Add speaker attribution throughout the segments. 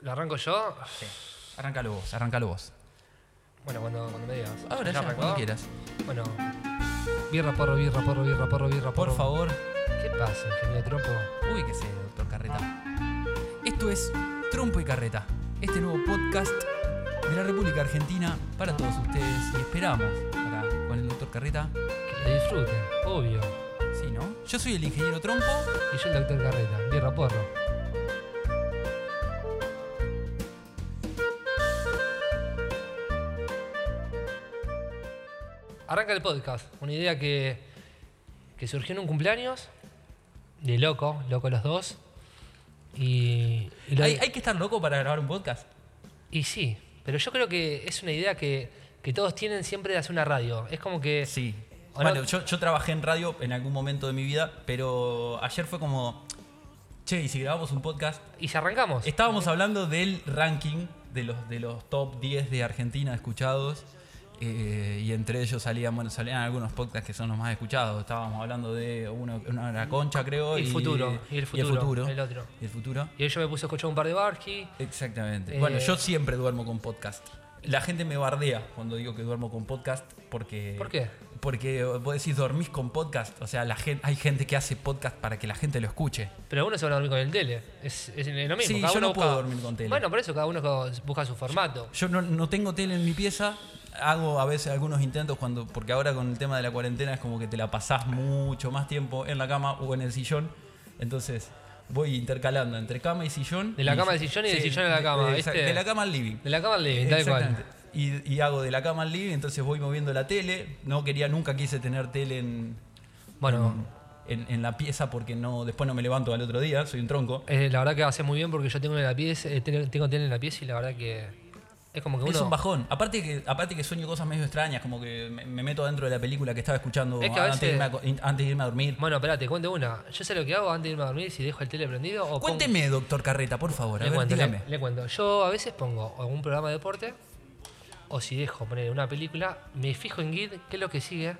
Speaker 1: ¿Lo arranco yo?
Speaker 2: Sí. Arrancalo vos, arrancalo vos.
Speaker 1: Bueno, cuando, cuando me digas.
Speaker 2: Ahora ya,
Speaker 1: arrancó?
Speaker 2: cuando quieras.
Speaker 1: Bueno. Birra, porro, birra, porro, birra, porro, birra, porro.
Speaker 2: Por favor.
Speaker 1: ¿Qué pasa, ingenio trompo?
Speaker 2: Uy, qué sé, doctor Carreta. Esto es Trompo y Carreta, este nuevo podcast de la República Argentina para todos ustedes. Y esperamos acá con el doctor Carreta.
Speaker 1: Que lo disfruten, obvio.
Speaker 2: Sí, ¿no? Yo soy el ingeniero Trompo.
Speaker 1: Y yo el doctor Carreta, birra, porro. Arranca el podcast, una idea que, que surgió en un cumpleaños, de loco, loco los dos. Y, y lo-
Speaker 2: ¿Hay, hay que estar loco para grabar un podcast.
Speaker 1: Y sí, pero yo creo que es una idea que, que todos tienen siempre de hacer una radio. Es como que.
Speaker 2: Eh, Sí.
Speaker 1: ¿O no?
Speaker 2: Bueno, yo, yo trabajé en radio en algún momento de mi vida, pero ayer fue como. Che, y si grabamos un podcast.
Speaker 1: Y si arrancamos.
Speaker 2: Estábamos hablando del ranking de los, de los top 10 de Argentina escuchados. eh, y entre ellos salían, bueno, salían algunos podcasts que son los más escuchados. Estábamos hablando de uno, uno era Concha, creo.
Speaker 1: Y el futuro, y el futuro,
Speaker 2: futuro,
Speaker 1: el otro.
Speaker 2: Y el futuro.
Speaker 1: Y ahí yo me puse a escuchar un par de Barky.
Speaker 2: Exactamente.
Speaker 1: Eh,
Speaker 2: bueno, yo siempre duermo con podcast. La gente me bardea cuando digo que duermo con podcast porque...
Speaker 1: ¿Por qué?
Speaker 2: Porque vos decís, dormís con podcast. O sea, la gen- hay gente que hace podcast para que la gente lo escuche.
Speaker 1: Pero uno se va a dormir con el tele. Es, es lo mismo.
Speaker 2: Sí,
Speaker 1: cada
Speaker 2: yo
Speaker 1: uno
Speaker 2: no puedo
Speaker 1: busca-
Speaker 2: dormir con tele.
Speaker 1: Bueno, por eso cada uno co- busca su formato.
Speaker 2: Yo no, no tengo tele en mi pieza. Hago a veces algunos intentos cuando, porque ahora con el tema de la cuarentena es como que te la pasás mucho más tiempo en la cama o en el sillón. Entonces voy intercalando entre cama y sillón.
Speaker 1: De la cama al sillón y del sillón a la cama,
Speaker 2: de-
Speaker 1: ¿viste?
Speaker 2: De la cama al living.
Speaker 1: De la cama al living, tal cual.
Speaker 2: Exactamente. Y, y hago de la cama al living, entonces voy moviendo la tele. No quería, nunca quise tener tele en,
Speaker 1: Bueno,
Speaker 2: en, en la pieza porque no, después no me levanto al otro día, soy un tronco.
Speaker 1: eh, la verdad que hace muy bien porque yo tengo en la pieza, eh, tengo, tengo tele en la pieza y la verdad que. Es como que uno.
Speaker 2: Es un bajón. Aparte que, aparte que sueño cosas medio extrañas, como que me, me meto adentro de la película que estaba escuchando
Speaker 1: Es que a
Speaker 2: antes, de
Speaker 1: veces-
Speaker 2: irme a, co- in- antes de irme a dormir.
Speaker 1: Bueno, espera, te cuento una. Yo sé lo que hago antes de irme a dormir si dejo el tele prendido o pongo-
Speaker 2: Cuénteme, doctor Carreta, por favor. A
Speaker 1: Le
Speaker 2: ver,
Speaker 1: cuento,
Speaker 2: dígame.
Speaker 1: le, le cuento. Yo a veces pongo algún programa de deporte o si dejo poner una película, me fijo en Git, qué es lo que sigue,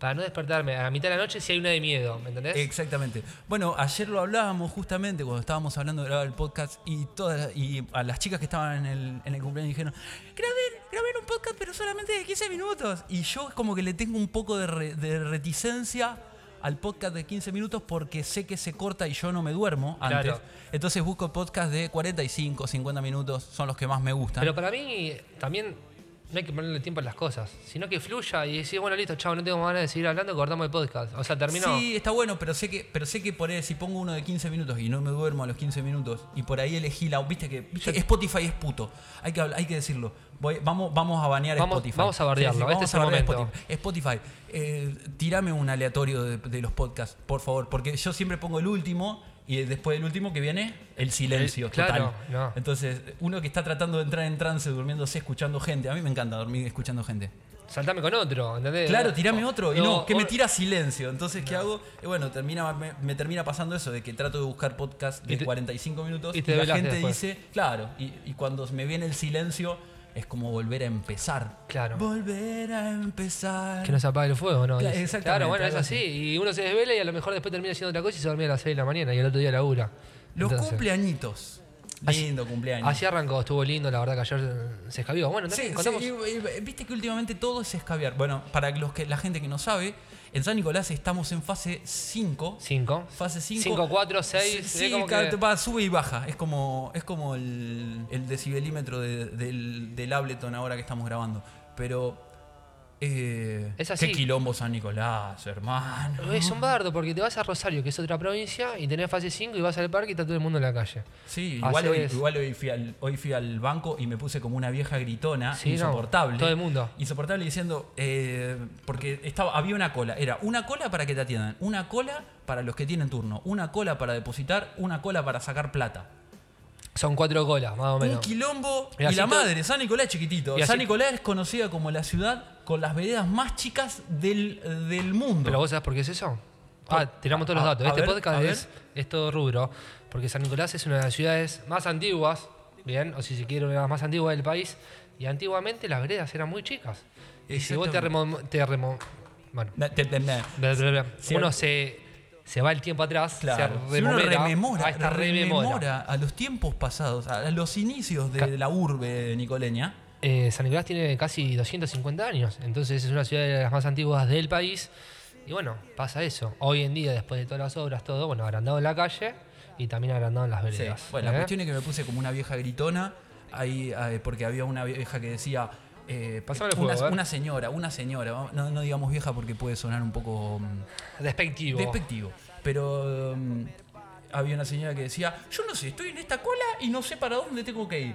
Speaker 1: para no despertarme a la mitad de la noche si hay una de miedo, ¿me entendés?
Speaker 2: Exactamente. Bueno, ayer lo hablábamos justamente cuando estábamos hablando de grabar el podcast y todas y a las chicas que estaban en el, en el cumpleaños dijeron, graben, graben un podcast pero solamente de 15 minutos. Y yo es como que le tengo un poco de, re- de reticencia al podcast de 15 minutos porque sé que se corta y yo no me duermo antes.
Speaker 1: Claro.
Speaker 2: Entonces busco podcast de 45, 50 minutos, son los que más me gustan.
Speaker 1: Pero para mí también no hay que ponerle tiempo a las cosas, sino que fluya y decir, bueno, listo, chao, no tengo más ganas de seguir hablando, cortamos el podcast. O sea, terminó.
Speaker 2: Sí, está bueno, pero sé que, pero sé que por ahí, si pongo uno de 15 minutos y no me duermo a los 15 minutos, y por ahí elegí la. Viste que viste que Spotify es puto. Hay que, hablar- hay que decirlo. Voy- vamos, vamos a banear
Speaker 1: Vamos-
Speaker 2: Spotify.
Speaker 1: vamos a bardearlo, este es el
Speaker 2: bardear
Speaker 1: momento.
Speaker 2: Spotify. Spotify, eh, tirame un aleatorio de, de los podcasts, por favor, porque yo siempre pongo el último. Y después del último que viene, el silencio
Speaker 1: El- claro,
Speaker 2: total.
Speaker 1: no.
Speaker 2: Entonces, uno que está tratando de entrar en trance, durmiéndose, escuchando gente. A mí me encanta dormir escuchando gente.
Speaker 1: Saltame con otro, ¿entendés?
Speaker 2: Claro, tirame otro. Y no, que me
Speaker 1: o-
Speaker 2: tira silencio. Entonces, ¿qué hago? Y bueno, termina, me, me termina pasando eso de que trato de buscar podcast de
Speaker 1: Y te-
Speaker 2: 45 minutos
Speaker 1: y
Speaker 2: y,
Speaker 1: te
Speaker 2: la
Speaker 1: velás
Speaker 2: gente
Speaker 1: después.
Speaker 2: dice, claro. Y, y cuando me viene el silencio, es como volver a empezar.
Speaker 1: Claro.
Speaker 2: Volver a empezar.
Speaker 1: Que no se apague el fuego, ¿no?
Speaker 2: Cla-
Speaker 1: Dice.
Speaker 2: exactamente,
Speaker 1: Claro, bueno, es
Speaker 2: algo
Speaker 1: así.
Speaker 2: así.
Speaker 1: Y uno se desvela y a lo mejor después termina haciendo otra cosa y se dormía a las 6 de la mañana y al otro día labura.
Speaker 2: Los
Speaker 1: Entonces,
Speaker 2: cumpleañitos.
Speaker 1: Así-
Speaker 2: Lindo cumpleaños.
Speaker 1: Así arrancó, estuvo lindo, la verdad que ayer se escabió. Bueno, también
Speaker 2: Sí, sí,
Speaker 1: contamos.
Speaker 2: y- y- viste que últimamente todo es escabiar. Bueno, para los que, la gente que no sabe, en San Nicolás estamos en fase 5.
Speaker 1: 5.
Speaker 2: Fase 5.
Speaker 1: 5, 4, 6.
Speaker 2: Sí, cada- va, sube y baja. Es como, es como el, el decibelímetro de- del, del Ableton ahora que estamos grabando. Pero. eh,
Speaker 1: Es así.
Speaker 2: Qué quilombo San Nicolás, hermano.
Speaker 1: Es un bardo porque te vas a Rosario, que es otra provincia, y tenés fase 5 y vas al parque y está todo el mundo en la calle.
Speaker 2: Sí,
Speaker 1: Así
Speaker 2: igual, hoy,
Speaker 1: es.
Speaker 2: igual hoy fui al, hoy fui al banco y me puse como una vieja gritona,
Speaker 1: Sí, no,
Speaker 2: insoportable.
Speaker 1: todo el mundo.
Speaker 2: Insoportable diciendo. eh, porque estaba, había una cola. Era una cola para que te atiendan, una cola para los que tienen turno, una cola para depositar, una cola para sacar plata.
Speaker 1: Son cuatro colas, más o
Speaker 2: Un
Speaker 1: menos.
Speaker 2: quilombo
Speaker 1: Y
Speaker 2: y,
Speaker 1: así
Speaker 2: la
Speaker 1: todo-
Speaker 2: madre, San Nicolás chiquitito.
Speaker 1: Y así-
Speaker 2: San Nicolás es conocida como la ciudad con las veredas más chicas del, del mundo.
Speaker 1: Pero vos sabés por qué es eso. Ah, tiramos todos los
Speaker 2: a-
Speaker 1: datos.
Speaker 2: a
Speaker 1: Este
Speaker 2: ver, a
Speaker 1: podcast
Speaker 2: ver.
Speaker 1: es, es todo rubro, porque San Nicolás es una de las ciudades más antiguas, bien, o si se quiere, una de las más antiguas del país. Y antiguamente las veredas eran muy chicas. Y si vos te remo. Te remo bueno,
Speaker 2: Na- te- te- na-
Speaker 1: Bla, bla, bla.
Speaker 2: Sí.
Speaker 1: Uno se, se va el tiempo atrás,
Speaker 2: Claro.
Speaker 1: se
Speaker 2: Si uno
Speaker 1: rememora,
Speaker 2: rememora,
Speaker 1: ahí está,
Speaker 2: rememora
Speaker 1: rememora.
Speaker 2: a los tiempos pasados, a los inicios de
Speaker 1: Ca-
Speaker 2: la urbe nicoleña.
Speaker 1: Eh, San Nicolás tiene casi 250 años, entonces es una ciudad de las más antiguas del país. Y bueno, pasa eso. Hoy en día, después de todas las obras, todo, bueno, agrandado en la calle y también agrandado en las
Speaker 2: Sí.
Speaker 1: veredas.
Speaker 2: Bueno, la
Speaker 1: ¿eh?
Speaker 2: cuestión es que me puse como una vieja gritona, ahí, ahí, porque había una vieja que decía. eh,
Speaker 1: Pásame el
Speaker 2: una,
Speaker 1: fuego, a ver.
Speaker 2: una señora, una señora, no, no digamos vieja porque puede sonar un poco mm,
Speaker 1: Despectivo.
Speaker 2: despectivo, pero mm, había una señora que decía, yo no sé, estoy en esta cola y no sé para dónde tengo que ir.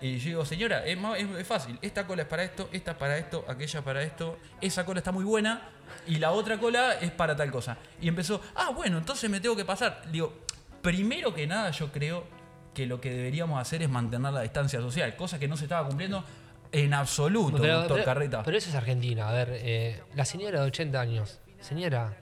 Speaker 2: Y yo digo, señora, es, ma- es- es fácil, esta cola es para esto, esta es para esto, aquella para esto, esa cola está muy buena y la otra cola es para tal cosa. Y empezó, ah, bueno, entonces me tengo que pasar. Digo, primero que nada yo creo que lo que deberíamos hacer es mantener la distancia social, cosa que no se estaba cumpliendo en absoluto,
Speaker 1: pero,
Speaker 2: doctor
Speaker 1: pero-
Speaker 2: Carreta.
Speaker 1: pero eso es Argentina. A ver, eh, la señora de 80 años, señora,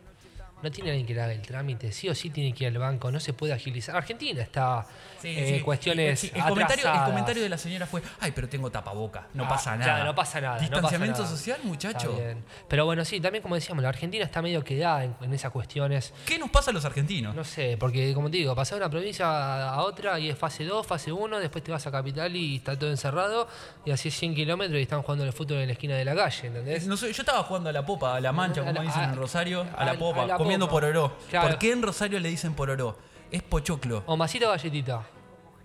Speaker 1: no tiene alguien que le haga el trámite, sí o sí tiene que ir al banco, no se puede agilizar. Argentina está
Speaker 2: Sí,
Speaker 1: eh,
Speaker 2: sí.
Speaker 1: cuestiones.
Speaker 2: Sí, el, comentario, el
Speaker 1: atrasadas.
Speaker 2: comentario de la señora fue, ay, pero tengo tapaboca, no
Speaker 1: Ah,
Speaker 2: pasa nada.
Speaker 1: claro, no pasa nada. no pasa
Speaker 2: Distanciamiento
Speaker 1: nada.
Speaker 2: social, muchacho.
Speaker 1: Está bien. Pero bueno, sí, también como decíamos, la Argentina está medio quedada en, en esas cuestiones.
Speaker 2: ¿Qué nos pasa a los argentinos?
Speaker 1: No sé, porque como te digo, pasar de una provincia a, a otra y es fase 2, fase 1, después te vas a Capital y está todo encerrado y así 100 kilómetros y están jugando el fútbol en la esquina de la calle, ¿entendés?
Speaker 2: No sé, yo estaba jugando a la popa, a la mancha,
Speaker 1: A
Speaker 2: como
Speaker 1: la-
Speaker 2: dicen
Speaker 1: a-
Speaker 2: en Rosario, a,
Speaker 1: a-
Speaker 2: la popa,
Speaker 1: a la
Speaker 2: comiendo
Speaker 1: popa.
Speaker 2: pororó.
Speaker 1: Claro.
Speaker 2: ¿Por qué en Rosario le dicen pororó? Es pochoclo.
Speaker 1: O masita o galletita,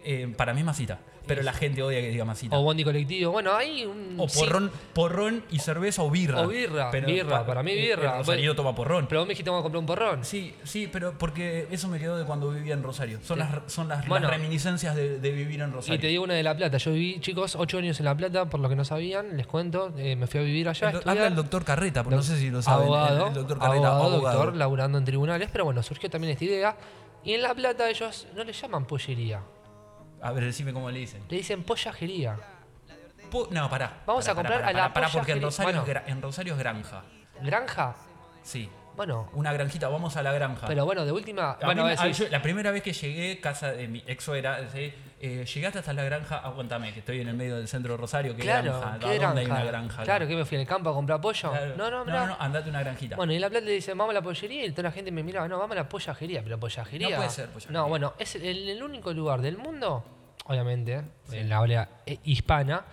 Speaker 2: Eh, para mí es masita, pero la gente odia que diga masita.
Speaker 1: o
Speaker 2: O,
Speaker 1: bondi colectivo, bueno, hay un... sí,
Speaker 2: porrón, porrón y cerveza o birra.
Speaker 1: O birra, birra, para mí
Speaker 2: eh,
Speaker 1: birra.
Speaker 2: el Rosarino toma porrón.
Speaker 1: Pero vos me dijiste vamos a comprar un porrón.
Speaker 2: Sí, sí, pero porque eso me quedó de cuando vivía en Rosario. Son
Speaker 1: Sí.
Speaker 2: las, son las, las
Speaker 1: Bueno.
Speaker 2: reminiscencias de, de vivir en
Speaker 1: Y
Speaker 2: Rosario.
Speaker 1: te digo una de La Plata. Yo viví, chicos, ocho años en La Plata, por lo que no sabían, les cuento. eh, me fui a vivir allá. a
Speaker 2: El do-
Speaker 1: estudiar.
Speaker 2: Habla el doctor Carreta, porque no sé si lo saben. el-
Speaker 1: abogado,
Speaker 2: el doctor Carreta,
Speaker 1: abogado,
Speaker 2: abogado.
Speaker 1: doctor, laburando en tribunales, pero bueno, surgió también esta idea. Y en La Plata ellos no le llaman pollería,
Speaker 2: A ver, decime cómo le dicen.
Speaker 1: le dicen pollajería.
Speaker 2: Po- no, pará.
Speaker 1: Vamos
Speaker 2: Pará,
Speaker 1: a comprar
Speaker 2: pará,
Speaker 1: a la
Speaker 2: pará, pará, porque en
Speaker 1: polla
Speaker 2: Rosario,
Speaker 1: feliz.
Speaker 2: es gra- en Rosario es granja.
Speaker 1: ¿Granja?
Speaker 2: Sí,
Speaker 1: Bueno,
Speaker 2: una granjita, vamos a la granja.
Speaker 1: pero bueno, de última...
Speaker 2: Ah. A
Speaker 1: bueno,
Speaker 2: mí-
Speaker 1: decís,
Speaker 2: a- yo- la primera vez que llegué, casa de mi ex era, llegaste hasta la granja, aguantame, que estoy en el medio del centro de Rosario, que
Speaker 1: claro,
Speaker 2: granja, ¿a
Speaker 1: ¿qué
Speaker 2: dónde
Speaker 1: granja?
Speaker 2: hay una granja? acá?
Speaker 1: Claro, que me fui al campo a comprar pollo.
Speaker 2: Claro.
Speaker 1: No, no,
Speaker 2: no, no,
Speaker 1: mirá.
Speaker 2: andate a una granjita.
Speaker 1: Bueno, y en La Plata le dicen, vamos a la pollería, y toda la gente me miraba, no, vamos a la pollajería, pero pollajería.
Speaker 2: No puede ser pollajería.
Speaker 1: No, bueno, es el, el único lugar del mundo, obviamente, en la ola eh, hispana,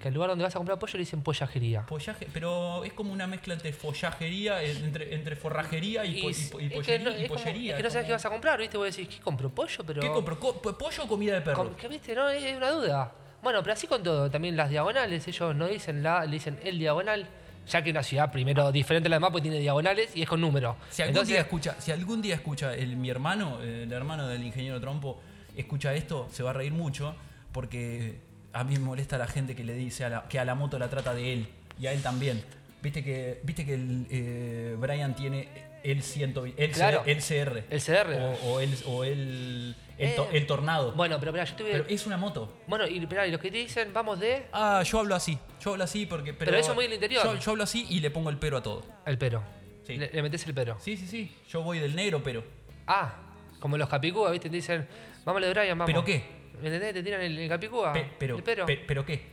Speaker 1: que el lugar donde vas a comprar pollo le dicen pollajería.
Speaker 2: Follaje, pero es como una mezcla entre follajería, en- entre, entre forrajería y, po- y
Speaker 1: es
Speaker 2: po- y
Speaker 1: que
Speaker 2: pollería.
Speaker 1: no-
Speaker 2: y
Speaker 1: es como-
Speaker 2: pollería,
Speaker 1: es que no
Speaker 2: es
Speaker 1: sabes qué
Speaker 2: como-
Speaker 1: vas a comprar, ¿viste? Vos decís, ¿qué compro? ¿Pollo? Pero.
Speaker 2: ¿Qué compro? Co- po- ¿Pollo o comida de perro?
Speaker 1: con- ¿Qué viste? No, es una duda. Bueno, pero así con todo, también las diagonales, ellos no dicen la, le dicen el diagonal, ya que una ciudad primero diferente a la demás, pues tiene diagonales y es con número.
Speaker 2: Si algún día escucha, si algún día escucha el, mi hermano, eh, el hermano del ingeniero Trompo, escucha esto, se va a reír mucho porque a mí me molesta la gente que le dice a la- que a la moto la trata de él y a él también. Viste que, viste que el, eh, Brian tiene el 120, el,
Speaker 1: Claro.
Speaker 2: el CR.
Speaker 1: El CR.
Speaker 2: O, o el, o el, el, to-
Speaker 1: Eh.
Speaker 2: el tornado.
Speaker 1: Bueno, pero pará, yo te voy a-
Speaker 2: Oh. Pero es una moto.
Speaker 1: Bueno, y, esperá, y los que te dicen, vamos de.
Speaker 2: Ah, yo hablo así. Yo hablo así porque. Pero,
Speaker 1: Pero eso es muy del interior.
Speaker 2: Yo, yo hablo así y le pongo el pero a todo.
Speaker 1: El pero.
Speaker 2: Sí.
Speaker 1: Le, le metes el pero.
Speaker 2: Sí, sí, sí. Yo voy del negro, pero.
Speaker 1: Ah, como los capicúa, ¿viste? Te dicen, vamos de Brian, vamos.
Speaker 2: ¿Pero qué?
Speaker 1: ¿Me entendés? Te tiran el, el capicúa.
Speaker 2: Pe- pero,
Speaker 1: el pero.
Speaker 2: pe- pero qué.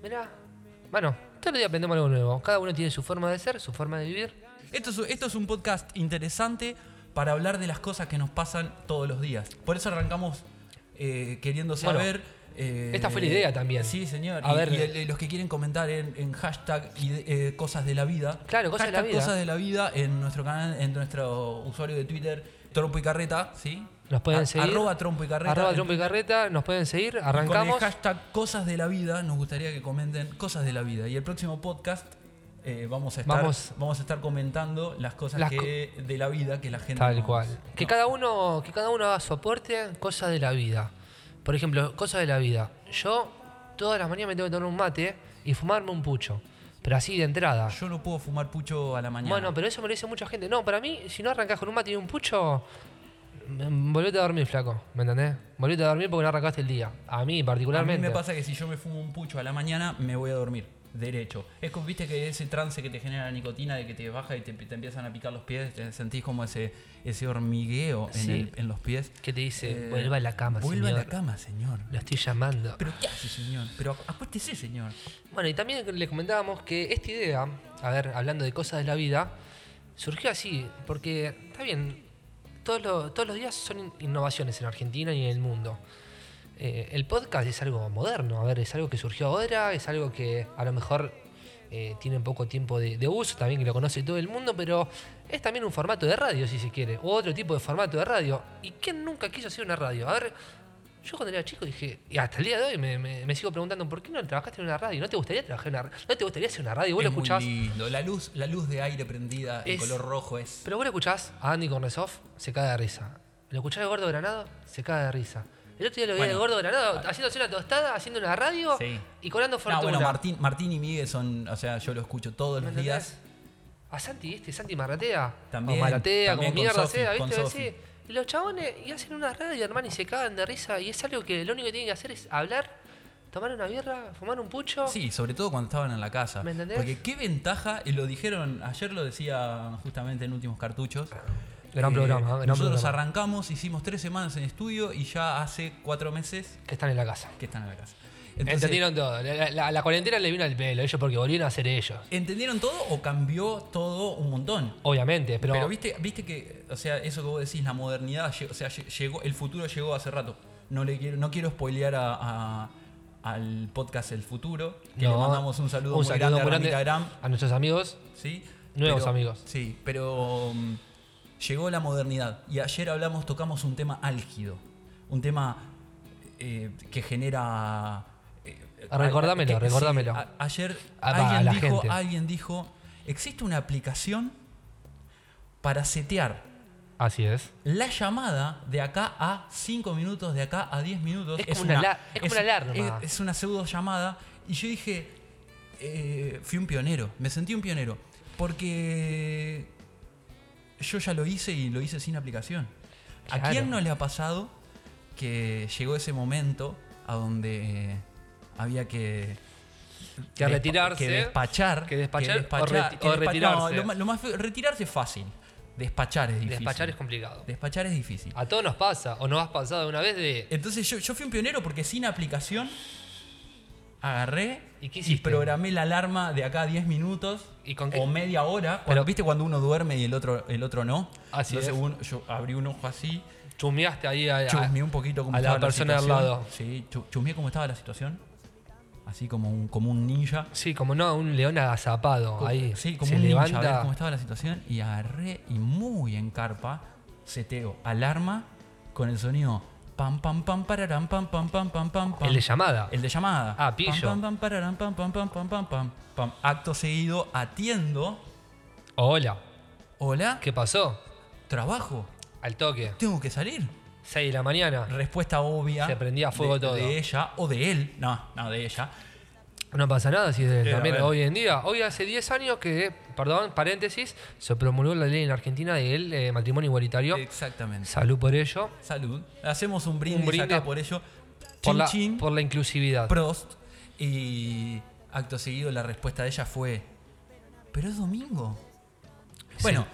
Speaker 1: Mirá. Bueno, todos los días aprendemos algo nuevo. Cada uno tiene su forma de ser, su forma de vivir.
Speaker 2: Esto es, esto es un podcast interesante para hablar de las cosas que nos pasan todos los días. Por eso arrancamos eh, queriendo
Speaker 1: Bueno,
Speaker 2: saber. eh,
Speaker 1: esta fue la idea también.
Speaker 2: Sí, señor.
Speaker 1: A
Speaker 2: y,
Speaker 1: ver.
Speaker 2: y el- los que quieren comentar en, en hashtag ide- eh, cosas de la vida.
Speaker 1: Claro, cosas de la
Speaker 2: Hashtag
Speaker 1: vida.
Speaker 2: cosas de la vida en nuestro canal, en nuestro usuario de Twitter, Trompo y Carreta, ¿sí?
Speaker 1: Nos pueden
Speaker 2: A-
Speaker 1: seguir.
Speaker 2: Arroba Trompo y Carreta.
Speaker 1: Arroba
Speaker 2: En-
Speaker 1: trompo y carreta, nos pueden seguir, arrancamos.
Speaker 2: Con el hashtag Cosas de la Vida, nos gustaría que comenten Cosas de la Vida. Y el próximo podcast eh, vamos, a estar,
Speaker 1: Vamos.
Speaker 2: vamos. a estar comentando las cosas
Speaker 1: Las
Speaker 2: que, de la vida que la gente.
Speaker 1: Tal
Speaker 2: nos-
Speaker 1: cual. Que cada uno, que cada uno haga su aporte, cosas de la vida. Por ejemplo, cosas de la vida. Yo todas las mañanas me tengo que tomar un mate y fumarme un pucho. Pero así de entrada.
Speaker 2: Yo no puedo fumar pucho a la mañana.
Speaker 1: Bueno, pero eso me lo dice mucha gente. No, para mí, si no arrancás con un mate y un pucho, mm, volvete a dormir, flaco. ¿Me entendés? Volvete a dormir porque no arrancaste el día. A mí,
Speaker 2: a mí
Speaker 1: particularmente.
Speaker 2: me pasa que si yo me fumo un pucho a la mañana, me voy a dormir. Derecho. Es como, viste, que ese trance que te genera la nicotina, de que te baja y te, te empiezan a picar los pies, te sentís como ese, ese hormigueo en,
Speaker 1: Sí.
Speaker 2: el- en los pies.
Speaker 1: Que te dice,
Speaker 2: Eh,
Speaker 1: vuelva a la cama,
Speaker 2: Vuelva
Speaker 1: señor.
Speaker 2: a la cama, señor.
Speaker 1: Lo estoy llamando.
Speaker 2: Pero ¿qué hace, señor? Pero acuéstese, señor.
Speaker 1: Bueno, y también les comentábamos que esta idea, a ver, hablando de cosas de la vida, surgió así, porque está bien, todos los, todos los días son in- innovaciones en Argentina y en el mundo. Eh, el podcast es algo moderno, a ver, es algo que surgió ahora, es algo que a lo mejor eh, tiene poco tiempo de, de uso, también que lo conoce todo el mundo, pero es también un formato de radio, si se quiere, o otro tipo de formato de radio. ¿Y quién nunca quiso hacer una radio? A ver, yo cuando era chico dije, y hasta el día de hoy me, me- me sigo preguntando, ¿por qué no trabajaste en una radio? ¿No te gustaría trabajar en una radio? ¿No te gustaría hacer una radio? ¿Vos
Speaker 2: Es
Speaker 1: lo
Speaker 2: muy
Speaker 1: escuchabas?
Speaker 2: lindo. La luz, la luz de aire prendida, el
Speaker 1: Es-
Speaker 2: color rojo es.
Speaker 1: Pero vos lo escuchás a Andy Kornesov, se caga de risa. Lo escuchás de Gordo Granado, se caga de risa. El otro día lo vi
Speaker 2: Bueno.
Speaker 1: de Gordo Granado haciéndose una tostada, haciendo una radio
Speaker 2: Sí.
Speaker 1: y cobrando
Speaker 2: No,
Speaker 1: fortuna.
Speaker 2: Ah, bueno, Martín, Martín y Miguel son, o sea, yo lo escucho todos
Speaker 1: ¿Me
Speaker 2: los
Speaker 1: entendés?
Speaker 2: días.
Speaker 1: A Santi, este, Santi Marratea.
Speaker 2: También,
Speaker 1: o Maratea,
Speaker 2: también
Speaker 1: como
Speaker 2: con
Speaker 1: mierda
Speaker 2: Sofi,
Speaker 1: sea,
Speaker 2: con
Speaker 1: ¿viste?
Speaker 2: Sofi.
Speaker 1: Sí. Y los chabones y hacen una radio, hermano, y se cagan de risa. Y es algo que lo único que tienen que hacer es hablar, tomar una birra, fumar un pucho.
Speaker 2: Sí, sobre todo cuando estaban en la casa.
Speaker 1: ¿Me entendés?
Speaker 2: Porque qué ventaja, y lo dijeron, ayer lo decía justamente en Últimos Cartuchos.
Speaker 1: Gran
Speaker 2: eh,
Speaker 1: programa, ¿eh? gran
Speaker 2: Nosotros
Speaker 1: programa.
Speaker 2: arrancamos, hicimos tres semanas en estudio y ya hace cuatro meses
Speaker 1: Que están en la casa.
Speaker 2: que están en la casa.
Speaker 1: Entendieron todo. La, la- la cuarentena le vino al pelo, ellos porque volvieron a ser ellos.
Speaker 2: ¿entendieron todo o cambió todo un montón?
Speaker 1: Obviamente, pero.
Speaker 2: Pero, viste, viste que, o sea, eso que vos decís, la modernidad, lle- o sea, lle- llegó, el futuro llegó hace rato. No le quiero, no quiero spoilear a- a- al podcast El Futuro, que le
Speaker 1: No,
Speaker 2: mandamos un saludo
Speaker 1: un
Speaker 2: muy
Speaker 1: saludo
Speaker 2: grande
Speaker 1: muy
Speaker 2: a
Speaker 1: grande
Speaker 2: Ramita Gram,
Speaker 1: a nuestros amigos.
Speaker 2: ¿sí?
Speaker 1: Nuevos amigos.
Speaker 2: Sí, pero mm, llegó la modernidad. Y ayer hablamos, tocamos un tema álgido. Un tema eh, que genera. eh,
Speaker 1: Recordámelo,
Speaker 2: que- sí,
Speaker 1: recordámelo.
Speaker 2: a- ayer
Speaker 1: Ah, va, a
Speaker 2: alguien,
Speaker 1: la
Speaker 2: dijo,
Speaker 1: gente.
Speaker 2: alguien dijo: existe una aplicación para setear
Speaker 1: Así es.
Speaker 2: la llamada de acá a 5 minutos, de acá a 10 minutos.
Speaker 1: Es como una ala- es como una alarma.
Speaker 2: Es, es una pseudo llamada. Y yo dije, eh, fui un pionero, me sentí un pionero. Porque yo ya lo hice y lo hice sin aplicación. ¿A
Speaker 1: Claro.
Speaker 2: quién no le ha pasado que llegó ese momento a donde había que...
Speaker 1: Que
Speaker 2: despa-
Speaker 1: retirarse,
Speaker 2: Que despachar.
Speaker 1: que despachar o reti- o
Speaker 2: que despa-
Speaker 1: retirarse.
Speaker 2: No, lo, ma- lo más feo- retirarse es fácil. Despachar es difícil.
Speaker 1: Despachar es complicado.
Speaker 2: Despachar es difícil.
Speaker 1: A todos nos pasa, o nos has pasado una vez de.
Speaker 2: Entonces yo, yo fui un pionero porque sin aplicación agarré
Speaker 1: ¿Y qué hiciste?
Speaker 2: programé la alarma de acá a 10 minutos
Speaker 1: ¿Y con qué?
Speaker 2: o media hora. Cuando- ¿Viste cuando uno duerme y el otro, el otro no?
Speaker 1: Así
Speaker 2: Entonces
Speaker 1: es.
Speaker 2: uno- yo abrí un ojo así,
Speaker 1: Chumeaste ahí a, a-
Speaker 2: chusmeé un poquito cómo
Speaker 1: a la
Speaker 2: estaba
Speaker 1: persona al
Speaker 2: situación.
Speaker 1: lado.
Speaker 2: Sí, chu- chusmeé cómo estaba la situación. Así como un, como un ninja.
Speaker 1: Sí, como no, un león agazapado ahí.
Speaker 2: Sí, como
Speaker 1: se
Speaker 2: un ninja, a ver
Speaker 1: levanta.
Speaker 2: cómo estaba la situación y agarré y muy en carpa seteo alarma con el sonido pam pam pam pararán pam pam pam pam pam pam
Speaker 1: el de llamada.
Speaker 2: el de llamada.
Speaker 1: Ah, pillo.
Speaker 2: Pam, pam, pam, pararán, pam, pam, pam, pam, pam, pam, pam. Acto seguido, atiendo.
Speaker 1: Hola.
Speaker 2: Hola,
Speaker 1: ¿Qué pasó?
Speaker 2: trabajo.
Speaker 1: Al toque.
Speaker 2: Tengo que salir.
Speaker 1: 6 de la mañana.
Speaker 2: Respuesta obvia.
Speaker 1: Se prendía fuego
Speaker 2: de-
Speaker 1: todo.
Speaker 2: De ella o de él. No, no, de ella.
Speaker 1: No pasa nada si es
Speaker 2: Sí, a
Speaker 1: también
Speaker 2: ver.
Speaker 1: hoy en día. Hoy hace 10 años que, perdón, paréntesis, se promulgó la ley en Argentina del eh, matrimonio igualitario.
Speaker 2: Exactamente.
Speaker 1: Salud por ello.
Speaker 2: Salud. Hacemos un brindis,
Speaker 1: brindis
Speaker 2: acá por ello.
Speaker 1: Por,
Speaker 2: Chin,
Speaker 1: la,
Speaker 2: chin,
Speaker 1: por la inclusividad.
Speaker 2: Prost. Y acto seguido, la respuesta de ella fue: Pero es domingo. Bueno.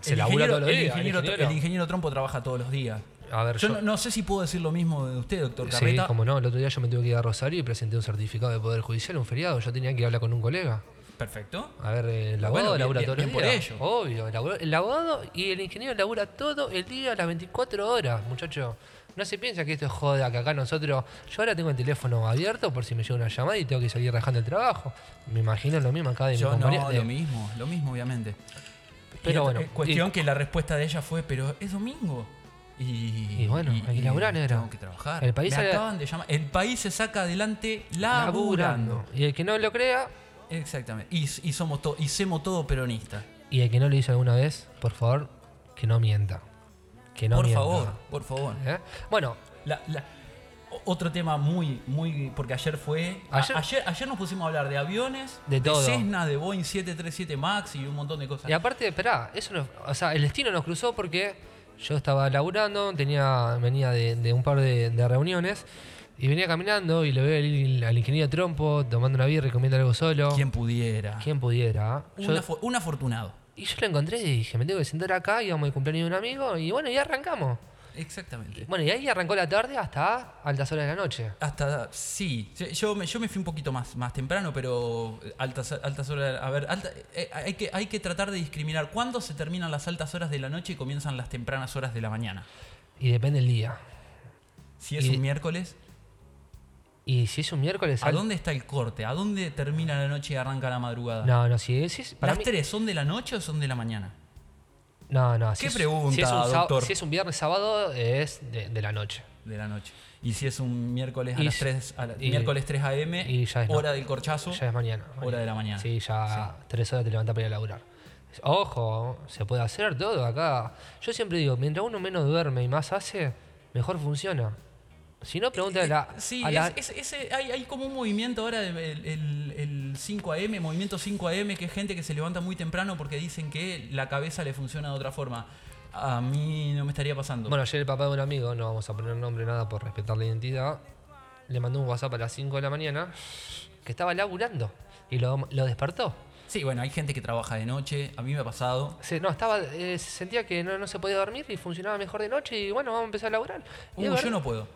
Speaker 1: se
Speaker 2: el
Speaker 1: labura
Speaker 2: ingeniero-
Speaker 1: todos los
Speaker 2: el
Speaker 1: días, el
Speaker 2: ingeniero-
Speaker 1: ingeniero.
Speaker 2: el ingeniero Trompo trabaja todos los días.
Speaker 1: A ver,
Speaker 2: Yo no, no sé si puedo decir lo mismo de usted, doctor
Speaker 1: Sí,
Speaker 2: Carreta.
Speaker 1: como no, el otro día yo me tuve que ir a Rosario y presenté un certificado de Poder Judicial, un feriado. Yo tenía que hablar con un colega.
Speaker 2: Perfecto.
Speaker 1: A ver, eh, el abogado
Speaker 2: bueno,
Speaker 1: labura
Speaker 2: bien,
Speaker 1: todos
Speaker 2: bien,
Speaker 1: los
Speaker 2: bien
Speaker 1: días.
Speaker 2: por
Speaker 1: Obvio, el abogado, el abogado y el ingeniero labura todo el día, las 24 horas, muchacho. No se piensa que esto es joda, que acá nosotros. Yo ahora tengo el teléfono abierto por si me llega una llamada y tengo que salir rajando el trabajo. Me imagino lo mismo acá de mi
Speaker 2: Yo no,
Speaker 1: compañía. de-
Speaker 2: lo mismo, lo mismo, obviamente.
Speaker 1: Pero
Speaker 2: Y
Speaker 1: bueno,
Speaker 2: eh, Cuestión que la respuesta de ella fue, pero es domingo. Y,
Speaker 1: Y bueno, hay que laburar, negro.
Speaker 2: Tengo que trabajar.
Speaker 1: El país
Speaker 2: Me
Speaker 1: sale-
Speaker 2: acaban de llamar. El país se saca adelante laburando.
Speaker 1: laburando. Y el que no lo crea,
Speaker 2: Exactamente. Y, y somos to- y semos todo peronistas.
Speaker 1: y el que no lo hizo alguna vez, por favor, que no mienta. Que no
Speaker 2: por
Speaker 1: mienta.
Speaker 2: favor, por favor.
Speaker 1: ¿Eh? Bueno,
Speaker 2: La- la- o- otro tema muy, muy. Porque ayer fue. a-
Speaker 1: Ayer-
Speaker 2: Ayer, ayer nos pusimos a hablar de aviones,
Speaker 1: De todo.
Speaker 2: Cessna, de Boeing 737 Max y un montón de cosas.
Speaker 1: Y aparte, esperá, eso no- o sea, el destino nos cruzó porque yo estaba laburando, tenía, venía de, de un par de, de reuniones y venía caminando y lo veo al, al ingeniero Trompo tomando una birra y comiendo algo solo.
Speaker 2: Quien pudiera.
Speaker 1: ¿Quién pudiera? ah?
Speaker 2: Un
Speaker 1: Yo-
Speaker 2: afo- un afortunado.
Speaker 1: y yo lo encontré y dije, me tengo que sentar acá, íbamos al cumpleaños de un amigo y bueno, y arrancamos.
Speaker 2: Exactamente.
Speaker 1: Bueno, y ahí arrancó la tarde hasta altas horas de la noche.
Speaker 2: Hasta, sí, Sí, yo me, yo me fui un poquito más, más temprano, pero eh, altas, altas horas, a ver, alta- eh, hay, que, hay que tratar de discriminar cuándo se terminan las altas horas de la noche y comienzan las tempranas horas de la mañana.
Speaker 1: Y depende el día.
Speaker 2: Si es
Speaker 1: Y-
Speaker 2: un miércoles,
Speaker 1: Y si es un miércoles.
Speaker 2: ¿a
Speaker 1: al-
Speaker 2: dónde está el corte? ¿A dónde termina la noche y arranca la madrugada?
Speaker 1: No, no, si es. si es- para
Speaker 2: ¿Las
Speaker 1: mí-
Speaker 2: tres son de la noche o son de la mañana?
Speaker 1: No, no. Si
Speaker 2: ¿Qué
Speaker 1: es,
Speaker 2: pregunta,
Speaker 1: si es un sá-
Speaker 2: doctor?
Speaker 1: si es un viernes, sábado, es de, de la noche.
Speaker 2: De la noche. Y si es un miércoles a
Speaker 1: Y
Speaker 2: las
Speaker 1: si-
Speaker 2: 3, a la-
Speaker 1: y-
Speaker 2: miércoles 3 a.m.,
Speaker 1: y ya es no-
Speaker 2: hora del corchazo.
Speaker 1: Ya es mañana.
Speaker 2: Hora de la mañana.
Speaker 1: Sí, ya tres horas te levantás para ir a laburar. Ojo, se puede hacer todo acá. Yo siempre digo, mientras uno menos duerme y más hace, mejor funciona. Si no, pregunta a la.
Speaker 2: Ah, Sí,
Speaker 1: a la-
Speaker 2: es- es- ese- hay, hay como un movimiento ahora, del el, el- el 5 AM, movimiento 5 AM, que es gente que se levanta muy temprano porque dicen que la cabeza le funciona de otra forma. A mí no me estaría pasando.
Speaker 1: Bueno, ayer el papá de un amigo, no vamos a poner nombre nada por respetar la identidad, le mandó un WhatsApp a las 5 de la mañana que estaba laburando y lo, lo despertó.
Speaker 2: sí, bueno, hay gente que trabaja de noche, a mí me ha pasado.
Speaker 1: Se, no, estaba, eh, se sentía que no, no se podía dormir y funcionaba mejor de noche y bueno, vamos a empezar a laburar. Y
Speaker 2: Uh,
Speaker 1: es
Speaker 2: yo
Speaker 1: verdad.
Speaker 2: no puedo.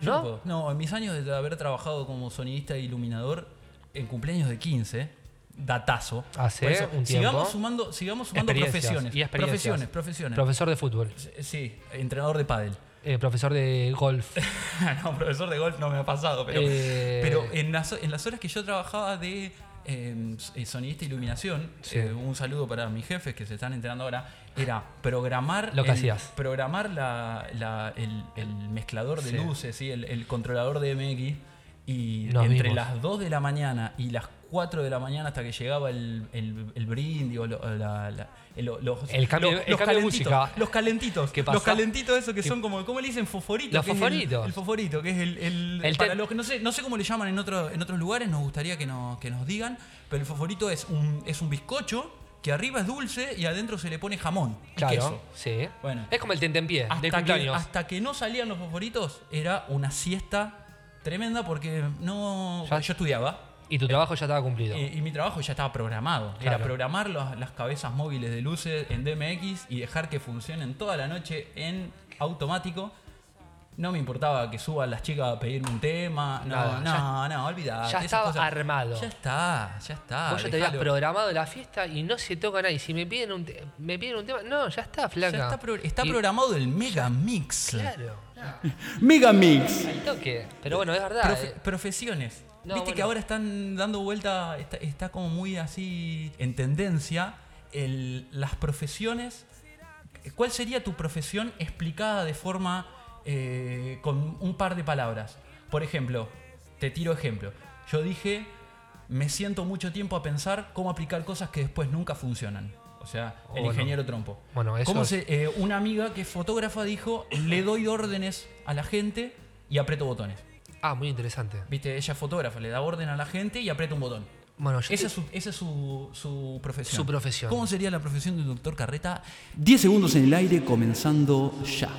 Speaker 2: Yo
Speaker 1: ¿No?
Speaker 2: puedo. No, en mis años de haber trabajado como sonidista e iluminador, en cumpleaños de 15, datazo.
Speaker 1: Hace
Speaker 2: Por
Speaker 1: un tiempo.
Speaker 2: Sigamos sumando, sigamos sumando
Speaker 1: Experiencias
Speaker 2: profesiones.
Speaker 1: y experiencias.
Speaker 2: profesiones, profesiones.
Speaker 1: Profesor de fútbol,
Speaker 2: sí, entrenador de pádel.
Speaker 1: eh, profesor de golf.
Speaker 2: no, profesor de golf no me ha pasado, pero,
Speaker 1: Eh.
Speaker 2: pero en, las, en las horas que yo trabajaba de eh, eh, sonidista e iluminación,
Speaker 1: Sí.
Speaker 2: eh, un saludo para mis jefes que se están enterando ahora, era programar,
Speaker 1: Lo que
Speaker 2: el-
Speaker 1: hacías.
Speaker 2: programar la- la- el, el mezclador de
Speaker 1: Sí.
Speaker 2: luces, ¿sí? el, el controlador de MX, y
Speaker 1: Nos
Speaker 2: entre
Speaker 1: vimos.
Speaker 2: las 2 de la mañana y las 4 de la mañana hasta que llegaba el, el- el brindis o lo- la- la- el- los,
Speaker 1: El cambio-
Speaker 2: los-
Speaker 1: el cambio de
Speaker 2: los calentitos,
Speaker 1: música.
Speaker 2: los calentitos,
Speaker 1: ¿Qué
Speaker 2: los
Speaker 1: pasa?
Speaker 2: calentitos esos que son como, ¿cómo le dicen? Fosforitos.
Speaker 1: Los
Speaker 2: que es el-
Speaker 1: fosforitos.
Speaker 2: el fosforito, que es el, el-
Speaker 1: El
Speaker 2: para
Speaker 1: te-
Speaker 2: los que no sé, no sé cómo le llaman en otros en otros lugares, nos gustaría que nos, que nos digan, pero el fosforito es un es un bizcocho que arriba es dulce y adentro se le pone jamón y queso.
Speaker 1: Claro, sí.
Speaker 2: Bueno.
Speaker 1: Es como el tentempié de
Speaker 2: Hasta que,
Speaker 1: cumpleaños.
Speaker 2: hasta que no salían los fosforitos era una siesta tremenda porque no
Speaker 1: Ya-
Speaker 2: yo estudiaba
Speaker 1: Y tu trabajo ya estaba cumplido.
Speaker 2: y, y mi trabajo ya estaba programado. Era
Speaker 1: Claro.
Speaker 2: programar los- las cabezas móviles de luces en DMX y dejar que funcionen toda la noche en automático. No me importaba que suban las chicas a pedirme un tema. No,
Speaker 1: Nada,
Speaker 2: no, no, olvidá.
Speaker 1: ya
Speaker 2: Esas
Speaker 1: estaba
Speaker 2: cosas-
Speaker 1: armado.
Speaker 2: Ya está, ya está.
Speaker 1: Vos ya te habías
Speaker 2: dejalo.
Speaker 1: programado la fiesta y no se toca nadie. Si me piden un, te- me piden un tema, no, ya está,
Speaker 2: Ya
Speaker 1: flaca.
Speaker 2: está, pro- está
Speaker 1: Y-
Speaker 2: programado el mega mix.
Speaker 1: Claro.
Speaker 3: Megamix.
Speaker 1: Al toque. Pero bueno, es verdad.
Speaker 2: Profe-
Speaker 1: eh.
Speaker 2: profesiones.
Speaker 1: No,
Speaker 2: Viste que
Speaker 1: bueno.
Speaker 2: ahora están dando vuelta, está, está como muy así en tendencia el- las profesiones. ¿Cuál sería tu profesión explicada de forma eh, con un par de palabras? Por ejemplo, te tiro ejemplo. Yo dije, me siento mucho tiempo a pensar cómo aplicar cosas que después nunca funcionan. O sea, el
Speaker 1: Oh, no.
Speaker 2: ingeniero trompo.
Speaker 1: Bueno, eso
Speaker 2: ¿Cómo
Speaker 1: es-
Speaker 2: se- eh, una amiga que es fotógrafa dijo, le doy órdenes a la gente y aprieto botones.
Speaker 1: Ah, muy interesante.
Speaker 2: Viste, ella es fotógrafa, le da orden a la gente y aprieta un botón.
Speaker 1: Bueno, yo
Speaker 2: Esa
Speaker 1: te-
Speaker 2: es, su, esa es su, su profesión.
Speaker 1: Su profesión.
Speaker 2: ¿Cómo sería la profesión del doctor Carreta?
Speaker 3: 10 segundos en el aire comenzando ya.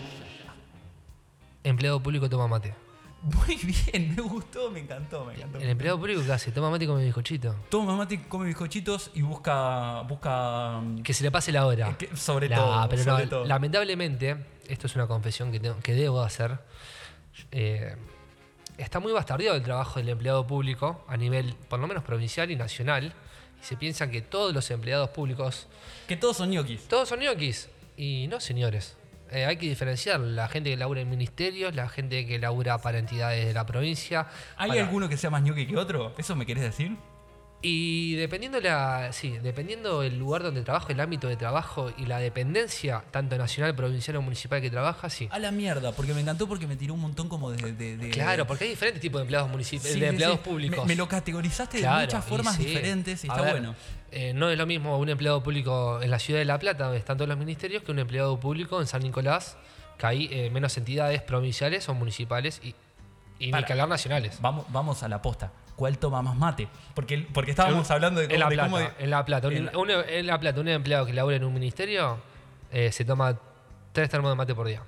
Speaker 1: empleado público toma mate.
Speaker 2: Muy bien, me gustó, me encantó, me encantó.
Speaker 1: El empleado público que hace, toma mate con mi bizcochito.
Speaker 2: Toma mate, come bizcochitos y busca. busca mm,
Speaker 1: Que se le pase la hora.
Speaker 2: que- sobre
Speaker 1: La-
Speaker 2: todo.
Speaker 1: pero
Speaker 2: sobre
Speaker 1: no,
Speaker 2: todo.
Speaker 1: lamentablemente, esto es una confesión que, tengo- que debo hacer. eh, está muy bastardeado el trabajo del empleado público a nivel, por lo menos provincial y nacional. Y se piensa que todos los empleados públicos,
Speaker 2: Que todos son ñoquis.
Speaker 1: todos son ñoquis. Y no, señores. Eh, hay que diferenciar la gente que labura en ministerios, la gente que labura para entidades de la provincia.
Speaker 2: ¿Hay
Speaker 1: para-
Speaker 2: alguno que sea más ñoqui que otro? ¿Eso me querés decir?
Speaker 1: Y dependiendo la, sí, dependiendo el lugar donde trabajo, el ámbito de trabajo y la dependencia, tanto nacional, provincial o municipal que trabaja, sí.
Speaker 2: A la mierda, porque me encantó porque me tiró un montón como de. de- de-
Speaker 1: Claro, porque hay diferentes tipos de empleados
Speaker 2: Eh, Sí,
Speaker 1: municipales,
Speaker 2: sí, sí.
Speaker 1: de empleados
Speaker 2: Me-
Speaker 1: públicos.
Speaker 2: Me, lo categorizaste
Speaker 1: Claro,
Speaker 2: de muchas
Speaker 1: y
Speaker 2: formas
Speaker 1: sí.
Speaker 2: diferentes y
Speaker 1: A
Speaker 2: está
Speaker 1: ver,
Speaker 2: bueno.
Speaker 1: eh, no es lo mismo un empleado público en la ciudad de La Plata, donde están todos los ministerios, que un empleado público en San Nicolás, que hay eh, menos entidades provinciales o municipales y, y ni
Speaker 2: Para.
Speaker 1: que hablar nacionales.
Speaker 2: Vamos, vamos a la posta. ¿Cuál toma más mate? Porque, porque estábamos hablando de cómo.
Speaker 1: En La
Speaker 2: de
Speaker 1: Plata,
Speaker 2: cómo de-
Speaker 1: en La Plata. Un,
Speaker 2: en la-
Speaker 1: un- en La Plata, un empleado que labura en un ministerio eh, se toma tres termos de mate por día.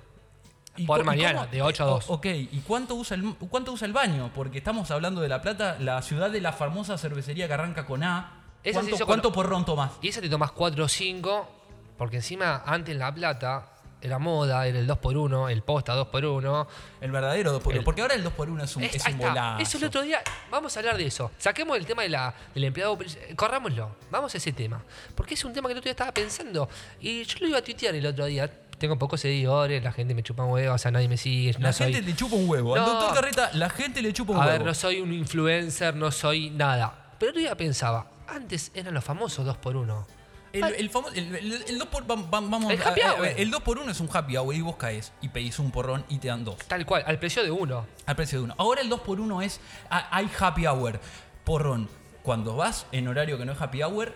Speaker 2: ¿Y
Speaker 1: por
Speaker 2: cu- y
Speaker 1: mañana,
Speaker 2: cómo-
Speaker 1: de 8 a
Speaker 2: o-
Speaker 1: 2.
Speaker 2: ok, ¿y cuánto usa, el, cuánto usa el baño? Porque estamos hablando de La Plata, la ciudad de la famosa cervecería que arranca con A.
Speaker 1: Esa se
Speaker 2: ¿Cuánto,
Speaker 1: hizo
Speaker 2: cuánto
Speaker 1: con-
Speaker 2: porrón tomás?
Speaker 1: Y esa te tomas cuatro o cinco, porque encima antes en La Plata era moda, era el 2x1, el posta 2x1.
Speaker 2: El verdadero 2x1.
Speaker 1: El-
Speaker 2: porque ahora el 2x1 es un,
Speaker 1: Es-
Speaker 2: es
Speaker 1: ahí
Speaker 2: un
Speaker 1: está.
Speaker 2: bolazo.
Speaker 1: Eso el otro día, vamos a hablar de eso. Saquemos el tema de la, del empleado, eh, corrámoslo, vamos a ese tema. Porque es un tema que el otro día estaba pensando. Y yo lo iba a tuitear el otro día. Tengo pocos seguidores, la gente me chupa un huevo, o sea, nadie me sigue.
Speaker 2: La
Speaker 1: no soy-
Speaker 2: gente le chupa un huevo. Al
Speaker 1: No.
Speaker 2: doctor Carreta, la gente le chupa un
Speaker 1: a
Speaker 2: huevo.
Speaker 1: ver, no soy un influencer, no soy nada. Pero el otro día pensaba, antes eran los famosos 2x1.
Speaker 2: El, el famoso. El, el- el dos por, vam- vam- vamos,
Speaker 1: El happy
Speaker 2: a- a-
Speaker 1: hour.
Speaker 2: El 2x1 es un happy hour y vos caes y pedís un porrón y te dan dos.
Speaker 1: Tal cual, al precio de uno.
Speaker 2: Al precio de uno. Ahora el 2x1 es. ah, Hay happy hour. Porrón. Cuando vas en horario que no es happy hour,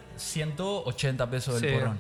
Speaker 2: 180 pesos del
Speaker 1: Sí.
Speaker 2: porrón.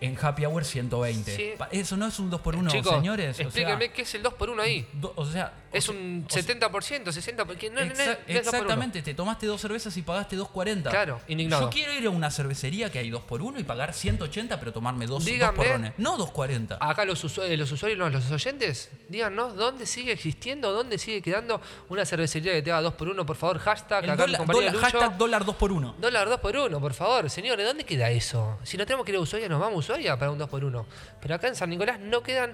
Speaker 2: En happy hour, 1120.
Speaker 1: Sí.
Speaker 2: Pa- Eso no es un 2x1,
Speaker 1: Chicos,
Speaker 2: señores. O sea,
Speaker 1: explíquenme qué es el 2x1 ahí.
Speaker 2: do- o sea, o
Speaker 1: Es
Speaker 2: sea-
Speaker 1: un
Speaker 2: o sea,
Speaker 1: 70%, 60%, porque no, no- no- no es
Speaker 2: Exa-
Speaker 1: 2x1.
Speaker 2: exactamente, te tomaste dos cervezas y pagaste 2.40.
Speaker 1: Claro, indignado.
Speaker 2: Yo quiero ir a una cervecería que hay 2 por 1 y pagar 180, pero tomarme dos, dos
Speaker 1: Dígame.
Speaker 2: porrones. No 2.40.
Speaker 1: Acá los, usu- eh, los usuarios, no, los oyentes, díganos dónde sigue existiendo, dónde sigue quedando una cervecería que te haga 2x1, por favor, hashtag,
Speaker 2: El
Speaker 1: acá mi
Speaker 2: dólar-
Speaker 1: compañero
Speaker 2: dólar-
Speaker 1: Lucho.
Speaker 2: hashtag dólar 2 por 1.
Speaker 1: Dólar 2x1, por favor, señores, ¿dónde queda eso? Si no tenemos que ir a Ushuaia, nos vamos a Ushuaia para un 2x1. Pero acá en San Nicolás no quedan,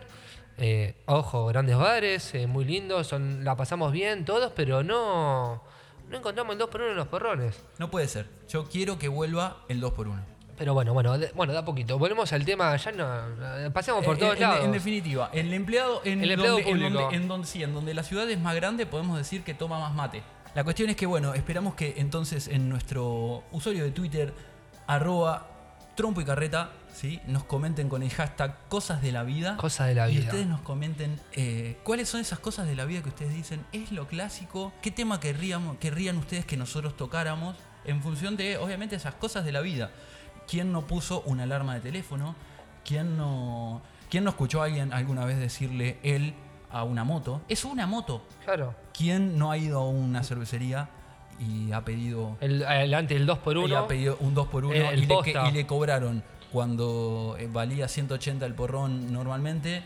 Speaker 1: eh, ojo, grandes bares, eh, muy lindos, son, la pasamos bien todos, pero no, no encontramos el 2x1 en los porrones.
Speaker 2: No puede ser. Yo quiero que vuelva el 2 por 1.
Speaker 1: Pero bueno, bueno, de- bueno, da poquito. Volvemos al tema, ya no, eh, pasemos por
Speaker 2: Eh,
Speaker 1: todos
Speaker 2: en,
Speaker 1: lados.
Speaker 2: en definitiva, el empleado, en,
Speaker 1: El empleado
Speaker 2: donde, en
Speaker 1: público.
Speaker 2: donde- en donde- sí, en donde la ciudad es más grande, podemos decir que toma más mate. La cuestión es que, bueno, esperamos que entonces en nuestro usuario de Twitter, arroba trompo y carreta, ¿sí? nos comenten con el hashtag cosas de la vida.
Speaker 1: Cosas de la
Speaker 2: Y
Speaker 1: vida.
Speaker 2: ustedes nos comenten eh, cuáles son esas cosas de la vida que ustedes dicen, es lo clásico, qué tema querríamos, querrían ustedes que nosotros tocáramos en función de, obviamente, esas cosas de la vida. ¿Quién no puso una alarma de teléfono? ¿Quién no, quién no escuchó a alguien alguna vez decirle él a una moto? Es una moto.
Speaker 1: Claro.
Speaker 2: ¿Quién no ha ido a una cervecería y ha pedido,
Speaker 1: El, el- antes el 2x1.
Speaker 2: y ha pedido un 2x1
Speaker 1: Eh, el
Speaker 2: y, le que-
Speaker 1: posta.
Speaker 2: y le cobraron cuando eh, valía 180 el porrón normalmente? eh,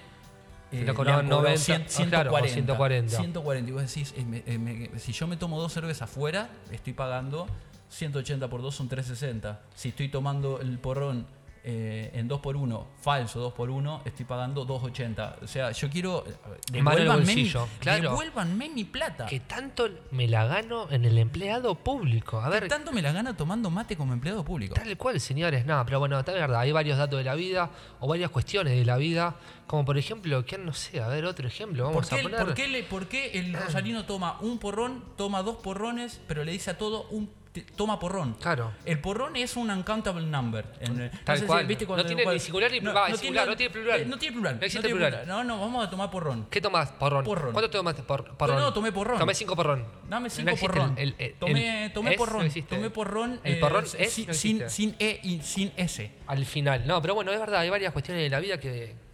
Speaker 1: Lo
Speaker 2: le han
Speaker 1: cobraban
Speaker 2: cobrado
Speaker 1: 90,
Speaker 2: cien-
Speaker 1: ah, claro, o 140.
Speaker 2: 140. Y vos decís, eh, me- eh, me- si yo me tomo dos cervezas fuera, estoy pagando 180 por 2 son 360. Si estoy tomando el porrón eh, en 2 por 1 falso 2 por 1 estoy pagando 280. O sea, yo quiero... eh,
Speaker 1: Mano en el
Speaker 2: devuélvanme mi-
Speaker 1: bolsillo, claro.
Speaker 2: Devuélvanme mi plata.
Speaker 1: que tanto me la gano en el empleado público. A ver,
Speaker 2: Tanto me la gana tomando mate como empleado público.
Speaker 1: tal cual, señores. No, pero bueno, tal verdad, hay varios datos de la vida o varias cuestiones de la vida. Como por ejemplo, que no sé, a ver, otro ejemplo.
Speaker 2: ¿Por
Speaker 1: Vamos
Speaker 2: qué,
Speaker 1: a
Speaker 2: el-
Speaker 1: poner. Ah.
Speaker 2: por qué le- por qué el rosarino toma un porrón, toma dos porrones, pero le dice a todo un te- toma porrón?
Speaker 1: Claro.
Speaker 2: El porrón es un uncountable number. En, eh,
Speaker 1: Tal
Speaker 2: sé si-
Speaker 1: cual. No tiene ni singular ni plural, singular, no tiene plural.
Speaker 2: eh, No tiene plural.
Speaker 1: No existe
Speaker 2: tiene
Speaker 1: plural.
Speaker 2: No, no, vamos a tomar porrón.
Speaker 1: ¿Qué tomás? Porrón.
Speaker 2: Porrón.
Speaker 1: ¿Cuánto tomaste por, porrón?
Speaker 2: no, tomé porrón.
Speaker 1: Tomé cinco porrón.
Speaker 2: Dame
Speaker 1: No
Speaker 2: cinco
Speaker 1: existe
Speaker 2: porrón.
Speaker 1: el- el- el-
Speaker 2: tomé, tomé
Speaker 1: es, no
Speaker 2: porrón.
Speaker 1: existe.
Speaker 2: tomé porrón.
Speaker 1: El
Speaker 2: eh,
Speaker 1: porrón
Speaker 2: si-
Speaker 1: es,
Speaker 2: sin,
Speaker 1: no
Speaker 2: sin,
Speaker 1: existe.
Speaker 2: E y sin S.
Speaker 1: al final. No, pero bueno, es verdad, hay varias cuestiones de la vida que.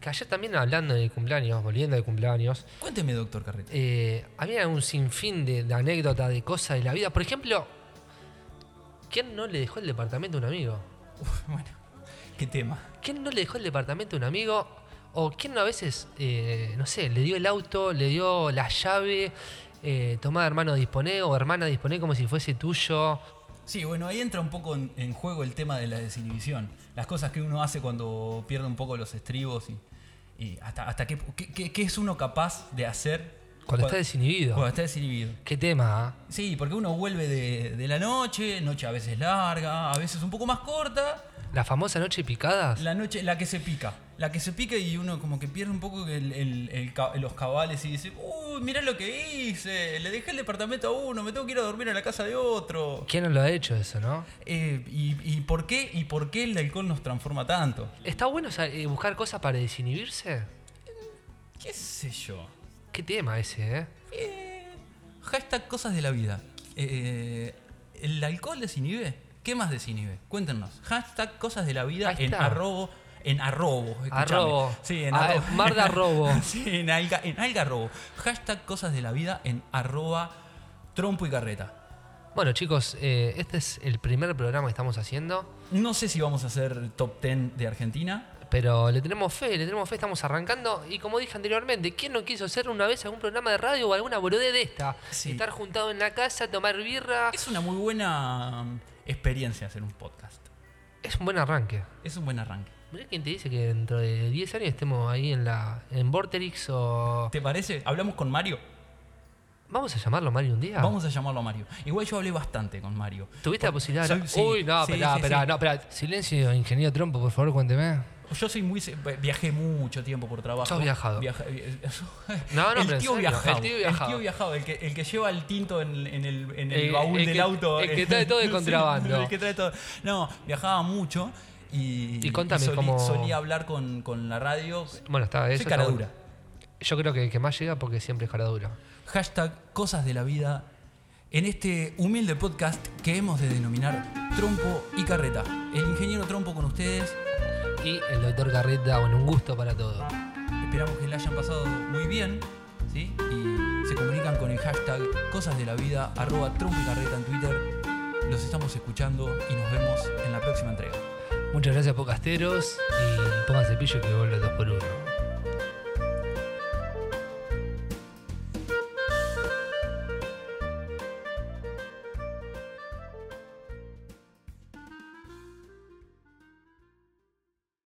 Speaker 1: Que ayer también hablando de cumpleaños, volviendo de cumpleaños,
Speaker 2: Cuénteme, doctor Carrete.
Speaker 1: eh, había un sinfín de, de anécdotas, de cosas de la vida. Por ejemplo, ¿quién no le dejó el departamento a un amigo?
Speaker 2: bueno, qué tema.
Speaker 1: ¿Quién no le dejó el departamento a un amigo? ¿O quién no a veces, eh, no sé, le dio el auto, le dio la llave? Eh, tomá, hermano, disponé o hermana, disponé como si fuese tuyo.
Speaker 2: Sí, bueno, ahí entra un poco en, en juego el tema de la desinhibición. Las cosas que uno hace cuando pierde un poco los estribos y, y hasta, hasta qué, qué- qué- qué es uno capaz de hacer
Speaker 1: Cuando está desinhibido.
Speaker 2: cuando está desinhibido.
Speaker 1: ¿Qué tema? ah?
Speaker 2: Sí, porque uno vuelve de, de la noche, noche a veces larga, a veces un poco más corta,
Speaker 1: La famosa noche picadas.
Speaker 2: la noche, la que se pica. La que se pica y uno como que pierde un poco el- el- el ca- los cabales y dice, uy, mirá lo que hice, le dejé el departamento a uno, me tengo que ir a dormir a la casa de otro.
Speaker 1: ¿Quién no lo ha hecho eso, no?
Speaker 2: Eh, y, y por qué, ¿Y por qué el alcohol nos transforma tanto?
Speaker 1: ¿Está bueno o sea, eh, buscar cosas para desinhibirse?
Speaker 2: ¿Qué sé yo?
Speaker 1: ¿Qué tema ese, eh?
Speaker 2: Eh, hashtag cosas de la vida. Eh, ¿El alcohol desinhibe? ¿Qué más desinhibe? Cuéntenos. Hashtag cosas de la vida
Speaker 1: Ahí
Speaker 2: en
Speaker 1: está.
Speaker 2: arrobo. En arrobo. escuchame.
Speaker 1: Arrobo.
Speaker 2: Sí, en
Speaker 1: Ah,
Speaker 2: arrobo.
Speaker 1: mar de arrobo.
Speaker 2: sí, en alga, en alga arrobo. Hashtag cosas de la vida en arroba trompo y carreta.
Speaker 1: Bueno, chicos, eh, este es el primer programa que estamos haciendo,
Speaker 2: No sé si vamos a hacer top 10 de Argentina.
Speaker 1: pero le tenemos fe, le tenemos fe, estamos arrancando. Y como dije anteriormente, ¿quién no quiso hacer una vez algún programa de radio o alguna boludez de esta?
Speaker 2: Sí.
Speaker 1: Estar juntado en la casa, tomar birra.
Speaker 2: Es una muy buena mm, experiencia hacer un podcast.
Speaker 1: Es un buen arranque.
Speaker 2: Es un buen arranque.
Speaker 1: Mirá quién te dice que dentro de 10 años estemos ahí en la en Vorterix o...
Speaker 2: ¿Te parece? ¿Hablamos con Mario?
Speaker 1: Vamos a llamarlo Mario un día.
Speaker 2: Vamos a llamarlo a Mario. Igual yo hablé bastante con Mario.
Speaker 1: ¿Tuviste la posibilidad? de
Speaker 2: Soy-
Speaker 1: hablar?
Speaker 2: sí,
Speaker 1: Uy, no,
Speaker 2: sí,
Speaker 1: esperá,
Speaker 2: sí,
Speaker 1: esperá,
Speaker 2: sí.
Speaker 1: no, esperá. Silencio, ingeniero Trompo, por favor, cuénteme.
Speaker 2: Yo soy muy. se- Viajé mucho tiempo por trabajo.
Speaker 1: Sos viajado.
Speaker 2: Viaja- vi-
Speaker 1: No, no, pero
Speaker 2: el,
Speaker 1: en
Speaker 2: tío
Speaker 1: serio,
Speaker 2: viajado,
Speaker 1: el tío viajado.
Speaker 2: El tío viajado, el que, el que lleva el tinto en, en el, en el
Speaker 1: Eh,
Speaker 2: baúl
Speaker 1: el
Speaker 2: del
Speaker 1: que-
Speaker 2: auto.
Speaker 1: el que trae todo de
Speaker 2: Sí,
Speaker 1: contrabando.
Speaker 2: el que trae todo. No, viajaba mucho y.
Speaker 1: Y contame
Speaker 2: solí-
Speaker 1: cómo-
Speaker 2: Solía hablar con, con la radio.
Speaker 1: Bueno, está eso.
Speaker 2: Soy
Speaker 1: está
Speaker 2: cara
Speaker 1: bueno.
Speaker 2: dura.
Speaker 1: Yo creo que el que más llega porque siempre es cara dura.
Speaker 2: Hashtag cosas de la vida. En este humilde podcast que hemos de denominar Trompo y Carreta. El ingeniero Trompo con ustedes.
Speaker 1: Y el doctor Carreta, bueno, un gusto para todo.
Speaker 2: Esperamos que la hayan pasado muy bien. ¿sí? Y se comunican con el hashtag Cosas de la Vida, arroba Trump y Carreta en Twitter. Los estamos escuchando y nos vemos en la próxima entrega.
Speaker 1: Muchas gracias, Pocasteros. Y pongan cepillo que vuelve 2 por 1